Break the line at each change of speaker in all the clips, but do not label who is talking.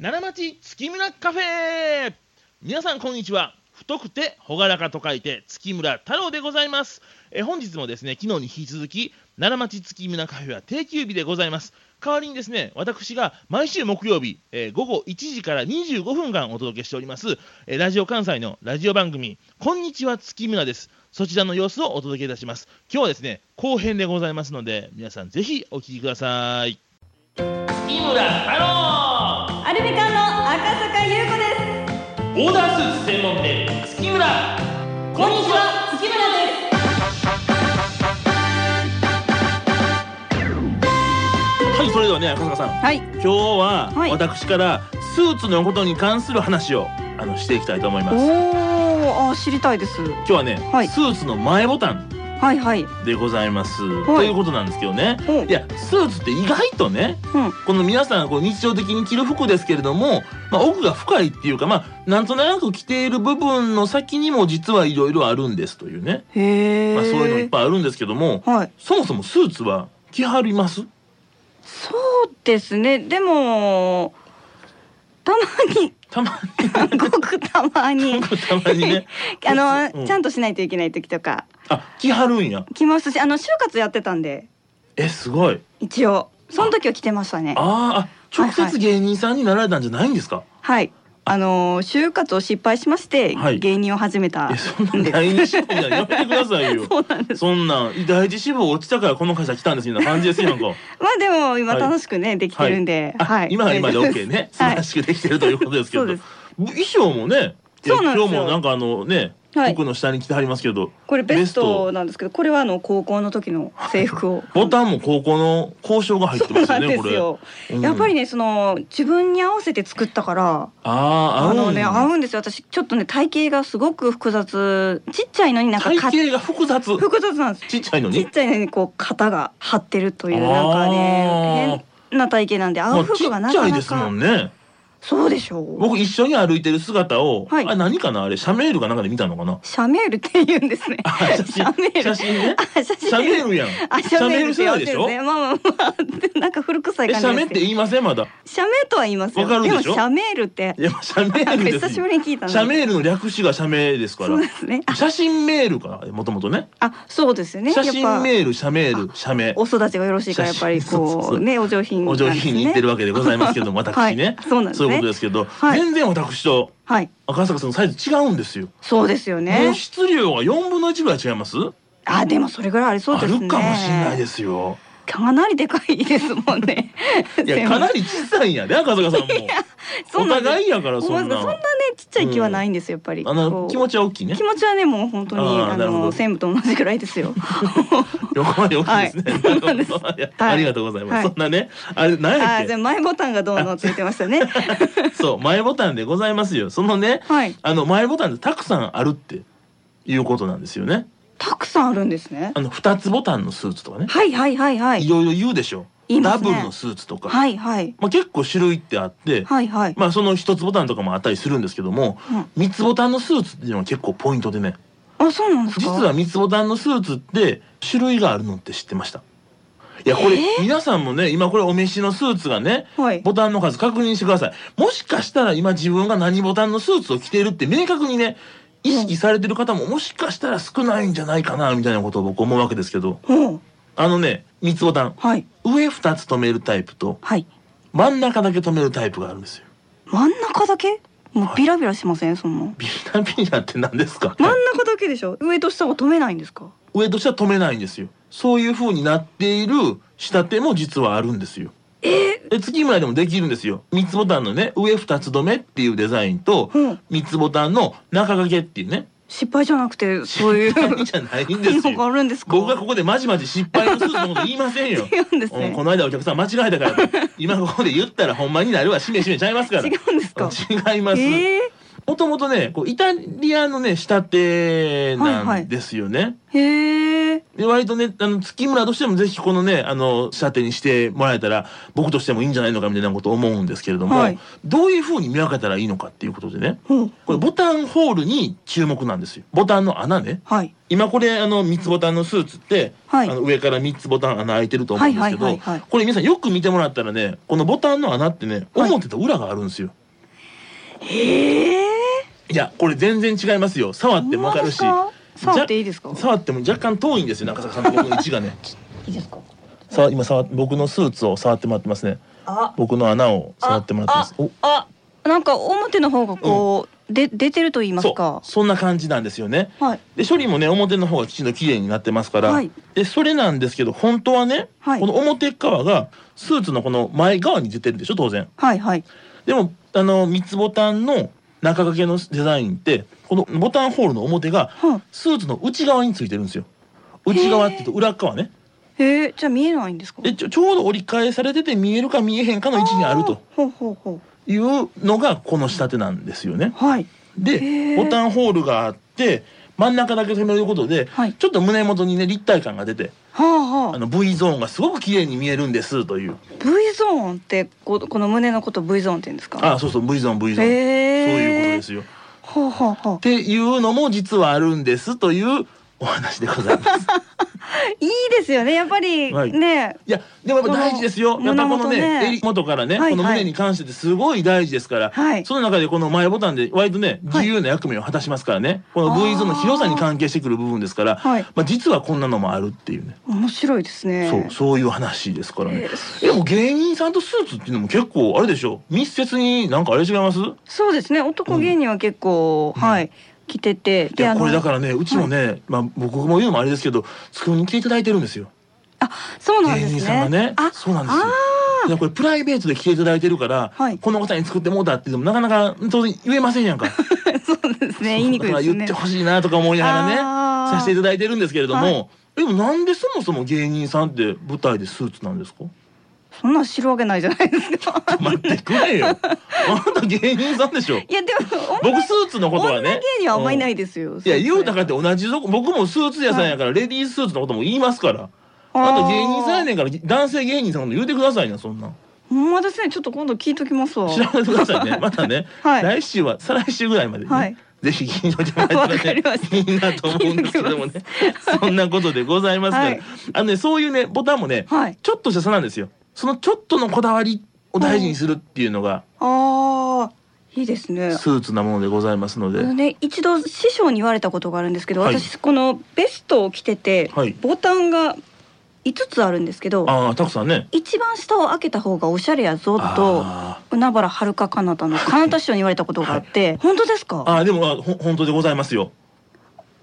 奈良町月村カフェ皆さんこんにちは太くて朗らかと書いて月村太郎でございますえー本日もですね昨日に引き続き奈良町月村カフェは定休日でございます代わりにですね私が毎週木曜日、えー午後1時から25分間お届けしております、えーラジオ関西のラジオ番組「こんにちは月村」ですそちらの様子をお届けいたします今日はですね後編でございますので皆さんぜひお聞きください月村太郎
アルミカンの赤坂優子で
オーダースーツ専門店月村
すこんにちは月村です
はいそれではね春日さん
はい
今日は
はい
私からスーツのことに関する話をあのしていきたいと思います今
おおあ知りたいです
日はね、
はい
スーツの前ボタン
はいはい
でございます、と
い
いうことなんですけどね
うん
いやスーツって意外とね
うん
この皆さんがこう日常的に着る服ですけれども、まあ、奥が深いっていうか、まあ、なんとなく着ている部分の先にも実はいろいろあるんですというね、
へえ、
まあ、そういうのいっ
い
ぱいあるんですけども
はい
そもそもスーツは着はります
そうですねでもたまに
たま
ごくたまに
に たま にね
あの、
うん
ちゃんとしないといけない時とか
あ着はるんや
来ますしあの就活やってたんで
えすごい
一応その時は来てましたね
あーあ直
はいは
接
い
芸人さんになられたんじゃないんですか、
はいあの就活を失敗しまして、
はい
芸人を始めたん
え
で
そんな第二志望みたいなのやめてくださいよ
そうなんです
そんなん第一志望落ちたからこの会社来たんですみたいな感じですよなんか
まあでも今
はい
楽しくね、できてるんで、
あ
はい。
今は今で
大丈夫
OK ね素
は
晴
い
らしくできてるということですけど、
そうです
衣装もねいや
そうなんですよ
今日もなんかあのね、
はい
僕の下に着てはりますけど
これベス
ベス
トなんですけど、これはあの高校の時の制服を。
ボタンも高校の交渉が入っ
そ
て
う
ます
な
よ
ん
ね
で
こ
す
れ
よ。
うん
やっぱりね、その自分に合わせて作ったから、
あー
あ
合う
の
ん
ね、
や
合うんですよ。私ちょっとね、体型がすごく複雑、ちっちゃいのになんか
体
か、
型が複雑
複雑なんです。
ちっちゃいの
ち
に
っちゃいのにこう肩が張ってるという
あー
なんかね、変な体型なんで、合う
もうち
服
っ
がな
ちゃ
か
いで
な
すも
か。
んね
そうでしょう。
僕一緒に歩いてる姿を、
はい
あれ何かなあれシャメールかなんかで見たのか な
シャメールって言うんですね。
あ写真
シャメール。
写真ね
あ写
シャメールやん
あ、シャメール
シ
世
ャ
代
メール世代でしょ
ね、まあまあまあ、なんか古臭い
え
感
シ
じ
ャ
です
メ
け
っ
ど
て言いませんまだ
シャメとは言いますよ。
わかるでしょ
もシャメールって
い、やシャメ
なん
ール
か
です
久しぶりに聞いたの。
シャメールの略詞が社名ですか
そ
ら
うですね。あ
写真メールかもともとね
あ、そうですよね。
写真
やっぱ
メール社メール社名
お育ちがよろしいからやっぱり
写真そうそう
こ
そう
うねお上品な
お
んです
上
ね。
品に言ってるわけでございますけども私ね、
はいそうなんです
そういうこと
ね
で。すけど、
はい
全然私と
はい。
赤坂さんのサイズ違うんですよ、
そうですよ
もう
ね。
質量が4分の1ぐらい違います
あ、でもそれぐらいありそう
あ
ですね。
るかもしれないですよ
かなりでかいですもんね。
いやかな
り。
り小さいんやで赤坂さんも
そう
お
なんです
互いやから
思い
そ
ます
ん
そんな
な
ねちっちゃい気はないんですよやっぱり。
あ
こ
の
う
気持ちは大きいね
気持ちはねもう本当に
あー
あ
なるほど
の専務と同じぐらいです よ。
横まで大きいですね、
はい
なるほどいや
はい
ありがとうございます、
はい
そんなねあれ何
あ
や
あ
っ
じゃあ
け
前ボタンがどうのついてまし たね。
そう前ボタンでございますよそのね
はい。
あの前ボタンってたくさんあるっていうことなんですよね
たくさんあるんですね。
あの二つボタンのスーツとかね
はいはいはいはいい。
ろいろ言うでしょ
言いま
ダ
すね
ブルのスーツとか、
はいはい
まあ、結構種類ってあって、
はいはい。
まあ、その一つボタンとかもあったりするんですけども、
うん
三つボタンのスーツっていうのは結構ポイントでね
あそうなんですか。
実は三つボタンのスーツって種類があるのって知ってましたいやこれ
え
皆さんもね今これお召しのスーツがね
はい。
ボタンの数確認してくださいもしかしたら今自分が何ボタンのスーツを着ているって明確にね意識されてる方ももしかしたら少ないんじゃないかなみたいなことを僕思うわけですけど
ほう
あのね三つボタン
はい
上2つ止めるタイプと
はい。
真ん中だけ止めるタイプがあるんですよ
真ん中だけ？もうビラビラしませんそんな。
ビラビラって何ですか、
真ん中だけでしょ。上と下は止めないんですか。
上と下は止めないんですよそういう風になっている仕立ても実はあるんですよ
え
で月村でもできるんですよ三つボタンのね上2つ止めっていうデザインと
ー、うん。
三つボタンの中掛けっていう ね
失敗じゃなくてそういう
失敗じゃないんです
のが
よ
あるんですか。
僕がここでまじまじ失敗のスーツのこと言いません よ
違うんです
うん
ね
こ。の間お客さん間違えたからと今ここで言ったらほんまになるわしめしめちゃいますから
違うんですか。
違います、
ええ
もともとね、こうイタリアのね、仕立てなんですよね。
へえ。ね。
で割とね、あの、月村としてもぜひこのね、あの、射程にしてもらえたら、僕としてもいいんじゃないのかみたいなことを思うんですけれども、
はい
どういうふうに見分けたらいいのかっていうことでね、
うん。
これボタンホールに注目なんですよ。ボタンの穴ね。
はい。
今これあの三つボタンのスーツって、
はい
あの上から三つボタン穴開いてると思うんですけど、
はいはいはいはい
これ皆さんよく見てもらったらねこのボタンの穴ってね
はい
表と裏があるんですよ、
へえ。
い、やこれ全然違いますよ触ってもわかるし
ほんまですか触っていいですか
じゃ触っても若干遠いんですよ中坂さんと僕の位置がね
いいですか。
さあ今触っ僕のスーツを触ってもらってますね
あ、
僕の穴を触ってもらってますお
あ、なんか表の方がこう、で出てると言います
そ
か
う。そんな感じなんですよね
はい。
で処理もね表の方がきちんと綺麗になってますから、
はい
でそれなんですけど本当はね、
はい
この表側がスーツのこの前側に出てるでしょ当然
はいはい。
でもあの三つボタンの中掛けのデザインってこのボタンホールの表が
は
スーツの内側についてるんですよ内側って言うと裏側ね
い。へえ。じゃあ見えないんですか。
でちょちょうど折り返されてて見えるか見えへんかの位置にあると。
ほうほうほ
いうのがこの仕立てなんですよね
う。はい。へ
で
ー
ボタンホールがあって真ん中だけ止めることで、
はい
ちょっと胸元にね立体感が出て
はあ
あ
は
の V ゾーンがすごく綺麗に見えるんですという
あ。V ゾーンってこうこの胸のこと V ゾーンって言うんですか。
あそうそう V ゾーン V ゾーン、
へえ。
そういうことですよ。
ほうほうほう
っ。ていうのも実はあるんですというお話でございます。
いいですよね。やっぱり
はい
ね。
いやでもやっぱ大事ですよ。
こ
や
の
っぱこの
胸元
ね
ね
襟元からね、
はいはい
この胸に関してってすごい大事ですから、
はい
その中でこの前ボタンで割とね
は
自
い
由な役目を果たしますからね、この V ゾーンの広さに関係してくる部分ですから、
はい
まあ実はこんなのもあるっていうね。
面白いですね。
そうそういう話ですからね
え。
でも芸人さんとスーツっていうのも結構あれでしょ。密接になんかあれ違います？
そうですね。男芸人は結構、はい着てて、。
いやこれだかららねうちもね、まあ僕も言うのもあれですけど作りに来ていただいてるんですよ。
あ、そうなんで
芸
すね。
人さんがね
あ、
そうなんですよ
あ
いやこれプライベートで来ていただいてるから、
はい
この方に作ってもうたっていうのもなかなか当然言えませんやんか。
ーそうです ね。言いにくい
だから
です
言っ
ね
て。ほしいなとか思いながら
あ
ね
ー
させていただいてるんですけれども、
はい
でもなんでそもそも芸人さんって舞台でスーツなんですか
そんなん知るわけないじゃないですか。
待ってくれ よ。あなた芸人さんでしょ。
いやでも女
僕スーツのことは
女
ね。。
芸人はあんまりないいですよ。
いや言うた
か
かって同じとこ僕もスーツ屋さんやから、レディーススーツのことも言いますから。あなた芸人さんやねんから男性芸人さんのこと言うてくださいなそんなん。
ほんまですね。ちょっと今度聞いときますわ。
調べてくださいね。またね、
はい
来週は再来週ぐらいまで、ね
はい
ぜひ聞いといてもらえたら
わかりま
ね
し、た
いいなと思うんですけどもね
聞い。
そんなことでございますから、
はい
あのねそういうねボタンもね、
はい
ちょっとした差なんですよ。そのちょっとのこだわりを大事にするっていうのが
ああ、いいですね。
スーツなものでございますの
あの
で、
ね、一度師匠に言われたことがあるんですけど、
はい
私このベストを着てて、
はい
ボタンが5つあるんですけど
ああたくさんね。
一番下を開けた方がおしゃれやぞと
あ
海原遥か彼方の彼方師匠に言われたことがあって、本当です
ー
か
あーでもあほ本当でございますよ。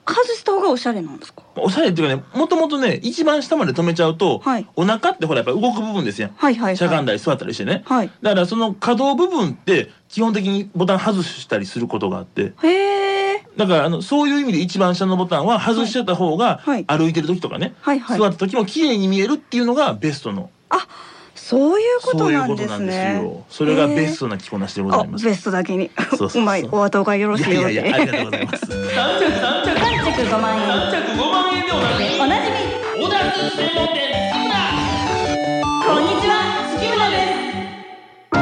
外した方がおしゃれなんですか
おしゃれっていうかねもともとね一番下まで止めちゃうと、
はい
お腹ってほらやっぱ動く部分ですやん。
はいはいはい
しゃがんだり座ったりしてね。
はい
だからその可動部分って基本的にボタン外したりすることがあって
へえ
だからあのそういう意味で一番下のボタンは外してた方が
はい
歩いてる時とかね、
はいはい
座った時も綺麗に見えるっていうのがベストの
そういうこ
そ
と
ういう
なん
こと
で
な
す
んです
ね
よそれがベストな着こなしでご
へー
ざ
あ
います、
ベストだけに
そうそうそう
うまいお後がよろしい
い
よう
や
で
いやいやありがとうございます
ちょかんちく5万円
5万円でおなじ
おなじみ
おだつ専門店
こんにちは月村です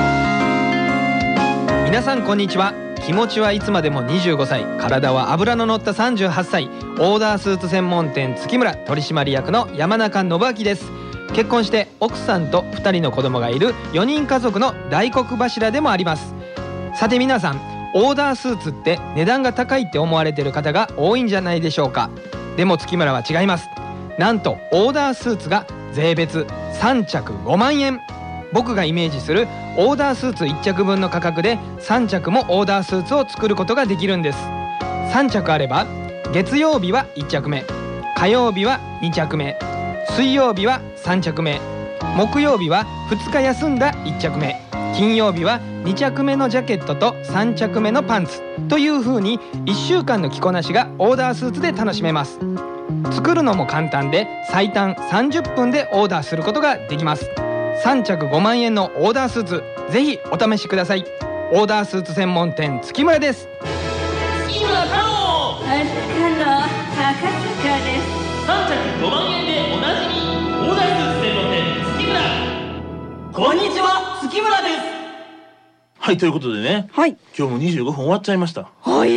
皆さんこんにちは気持ちはいつまでも25歳体は脂の乗った38歳オーダースーツ専門店月村取締役の山中信明です結婚して奥さんと2人の子供がいる4人家族の大黒柱でもありますさて皆さんオーダースーツって値段が高いって思われてる方が多いんじゃないでしょうかでも月村は違いますなんとオーダースーツが税別3着5万円僕がイメージするオーダースーツ1着分の価格で3着もオーダースーツを作ることができるんです3着あれば月曜日は1着目火曜日は2着目水曜日は3着目木曜日は2日休んだ1着目金曜日は2着目のジャケットと3着目のパンツという風に1週間の着こなしがオーダースーツで楽しめます作るのも簡単で最短30分でオーダーすることができます3着5万円のオーダースーツぜひお試しくださいオーダースーツ専門店月村です
今太郎あなたの赤坂です
3着5万円でおなじみ大台数専門店月村
こんにちは月村です
はいということでね
はい。
今日も25分終わっちゃいました
早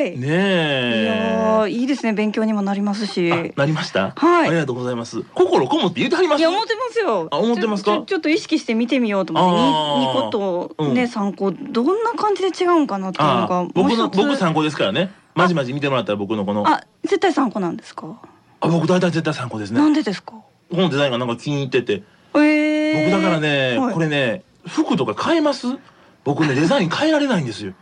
い。
ね
いや
え
ーいいですね。勉強にもなりますし。い
あなりました
はい
ありがとうございます心こもって言うてはります
や思ってますよ。
あ思ってますか
ちょちょちょっと意識して見てみようと思って、
あー
に二個と
う
ね
ん
三個どんな感じで違うんかなっていうの
あ
が
ー僕の
もう一つ
僕参考ですからねまじまじ見てもらったら僕のこのあ
あ絶対三個なんですか。
僕大体絶対参考です
なん
ね
でですか。
このデザインがなんか気に入ってて
ええ
僕だから。ね
はい
これね服とか変えます僕ねデザイン変えられないんですよ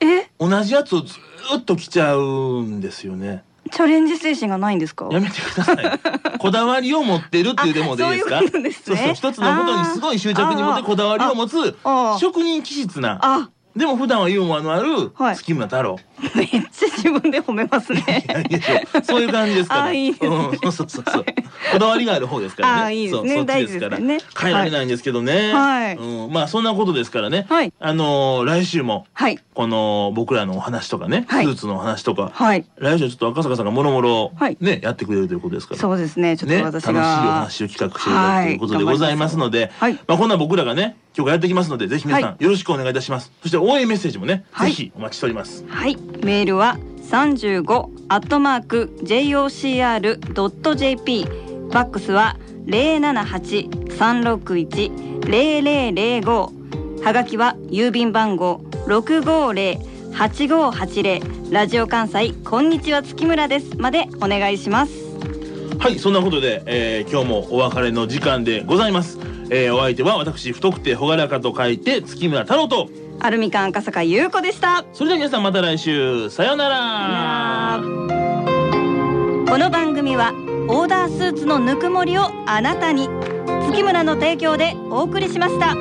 え
同じやつをずーっと着ちゃうんですよね
チャレンジ精神がないんですか。
やめてください こだわりを持ってるっていうデモでいいですか
あそういうことです
そう
ね
そう一つのことにすごい執着に持ってこだわりを持つ
あー
職人気質な
あ
でも普段はユーモアのある
はい
月村太郎、
めっちゃ自分で褒めますね。
いやいやそうそういう感じですから。
あいいです
う
ね
ん、そうそうそうそう。こだわりがある方ですから
あ
ね。
いいですね
そうそっち
大
です
事
か
です
ら。
よね
変えられないんですけどね。
はい
うん、まあそんなことですからね。
はい
あのー来週も
はい
この僕らのお話とかね、
はい
スーツのお話とか、
はい
来週はちょっと赤坂さんがもろもろ
はい
ね、やってくれるということですから。
そうですね。ちょっ
ね、
と
楽し
私
いお
が。
話を企画していただくということで
はい
ございますので、
頑張りますはい
まあこんな僕らがね、今日からやっていきますので、ぜひ皆さ
は
んよろしくお願いいたします。そして応援メッセージもね、
はい
ぜひお待ちしております。
はい、メールは三十五アットマーク J O C R ドット J P。ファックスは零七八三六一零零零五。はがきは郵便番号六五零八五八零ラジオ関西こんにちは月村ですまでお願いします。
はい、そんなことで、えー今日もお別れの時間でございます。えーお相手は私、太くて朗らかと書いて、月村太郎と。
アルミカン赤坂優子でした。
それでは皆さんまた来週、さようなら。
この番組はオーダースーツのぬくもりをあなたに月村の提供でお送りしました。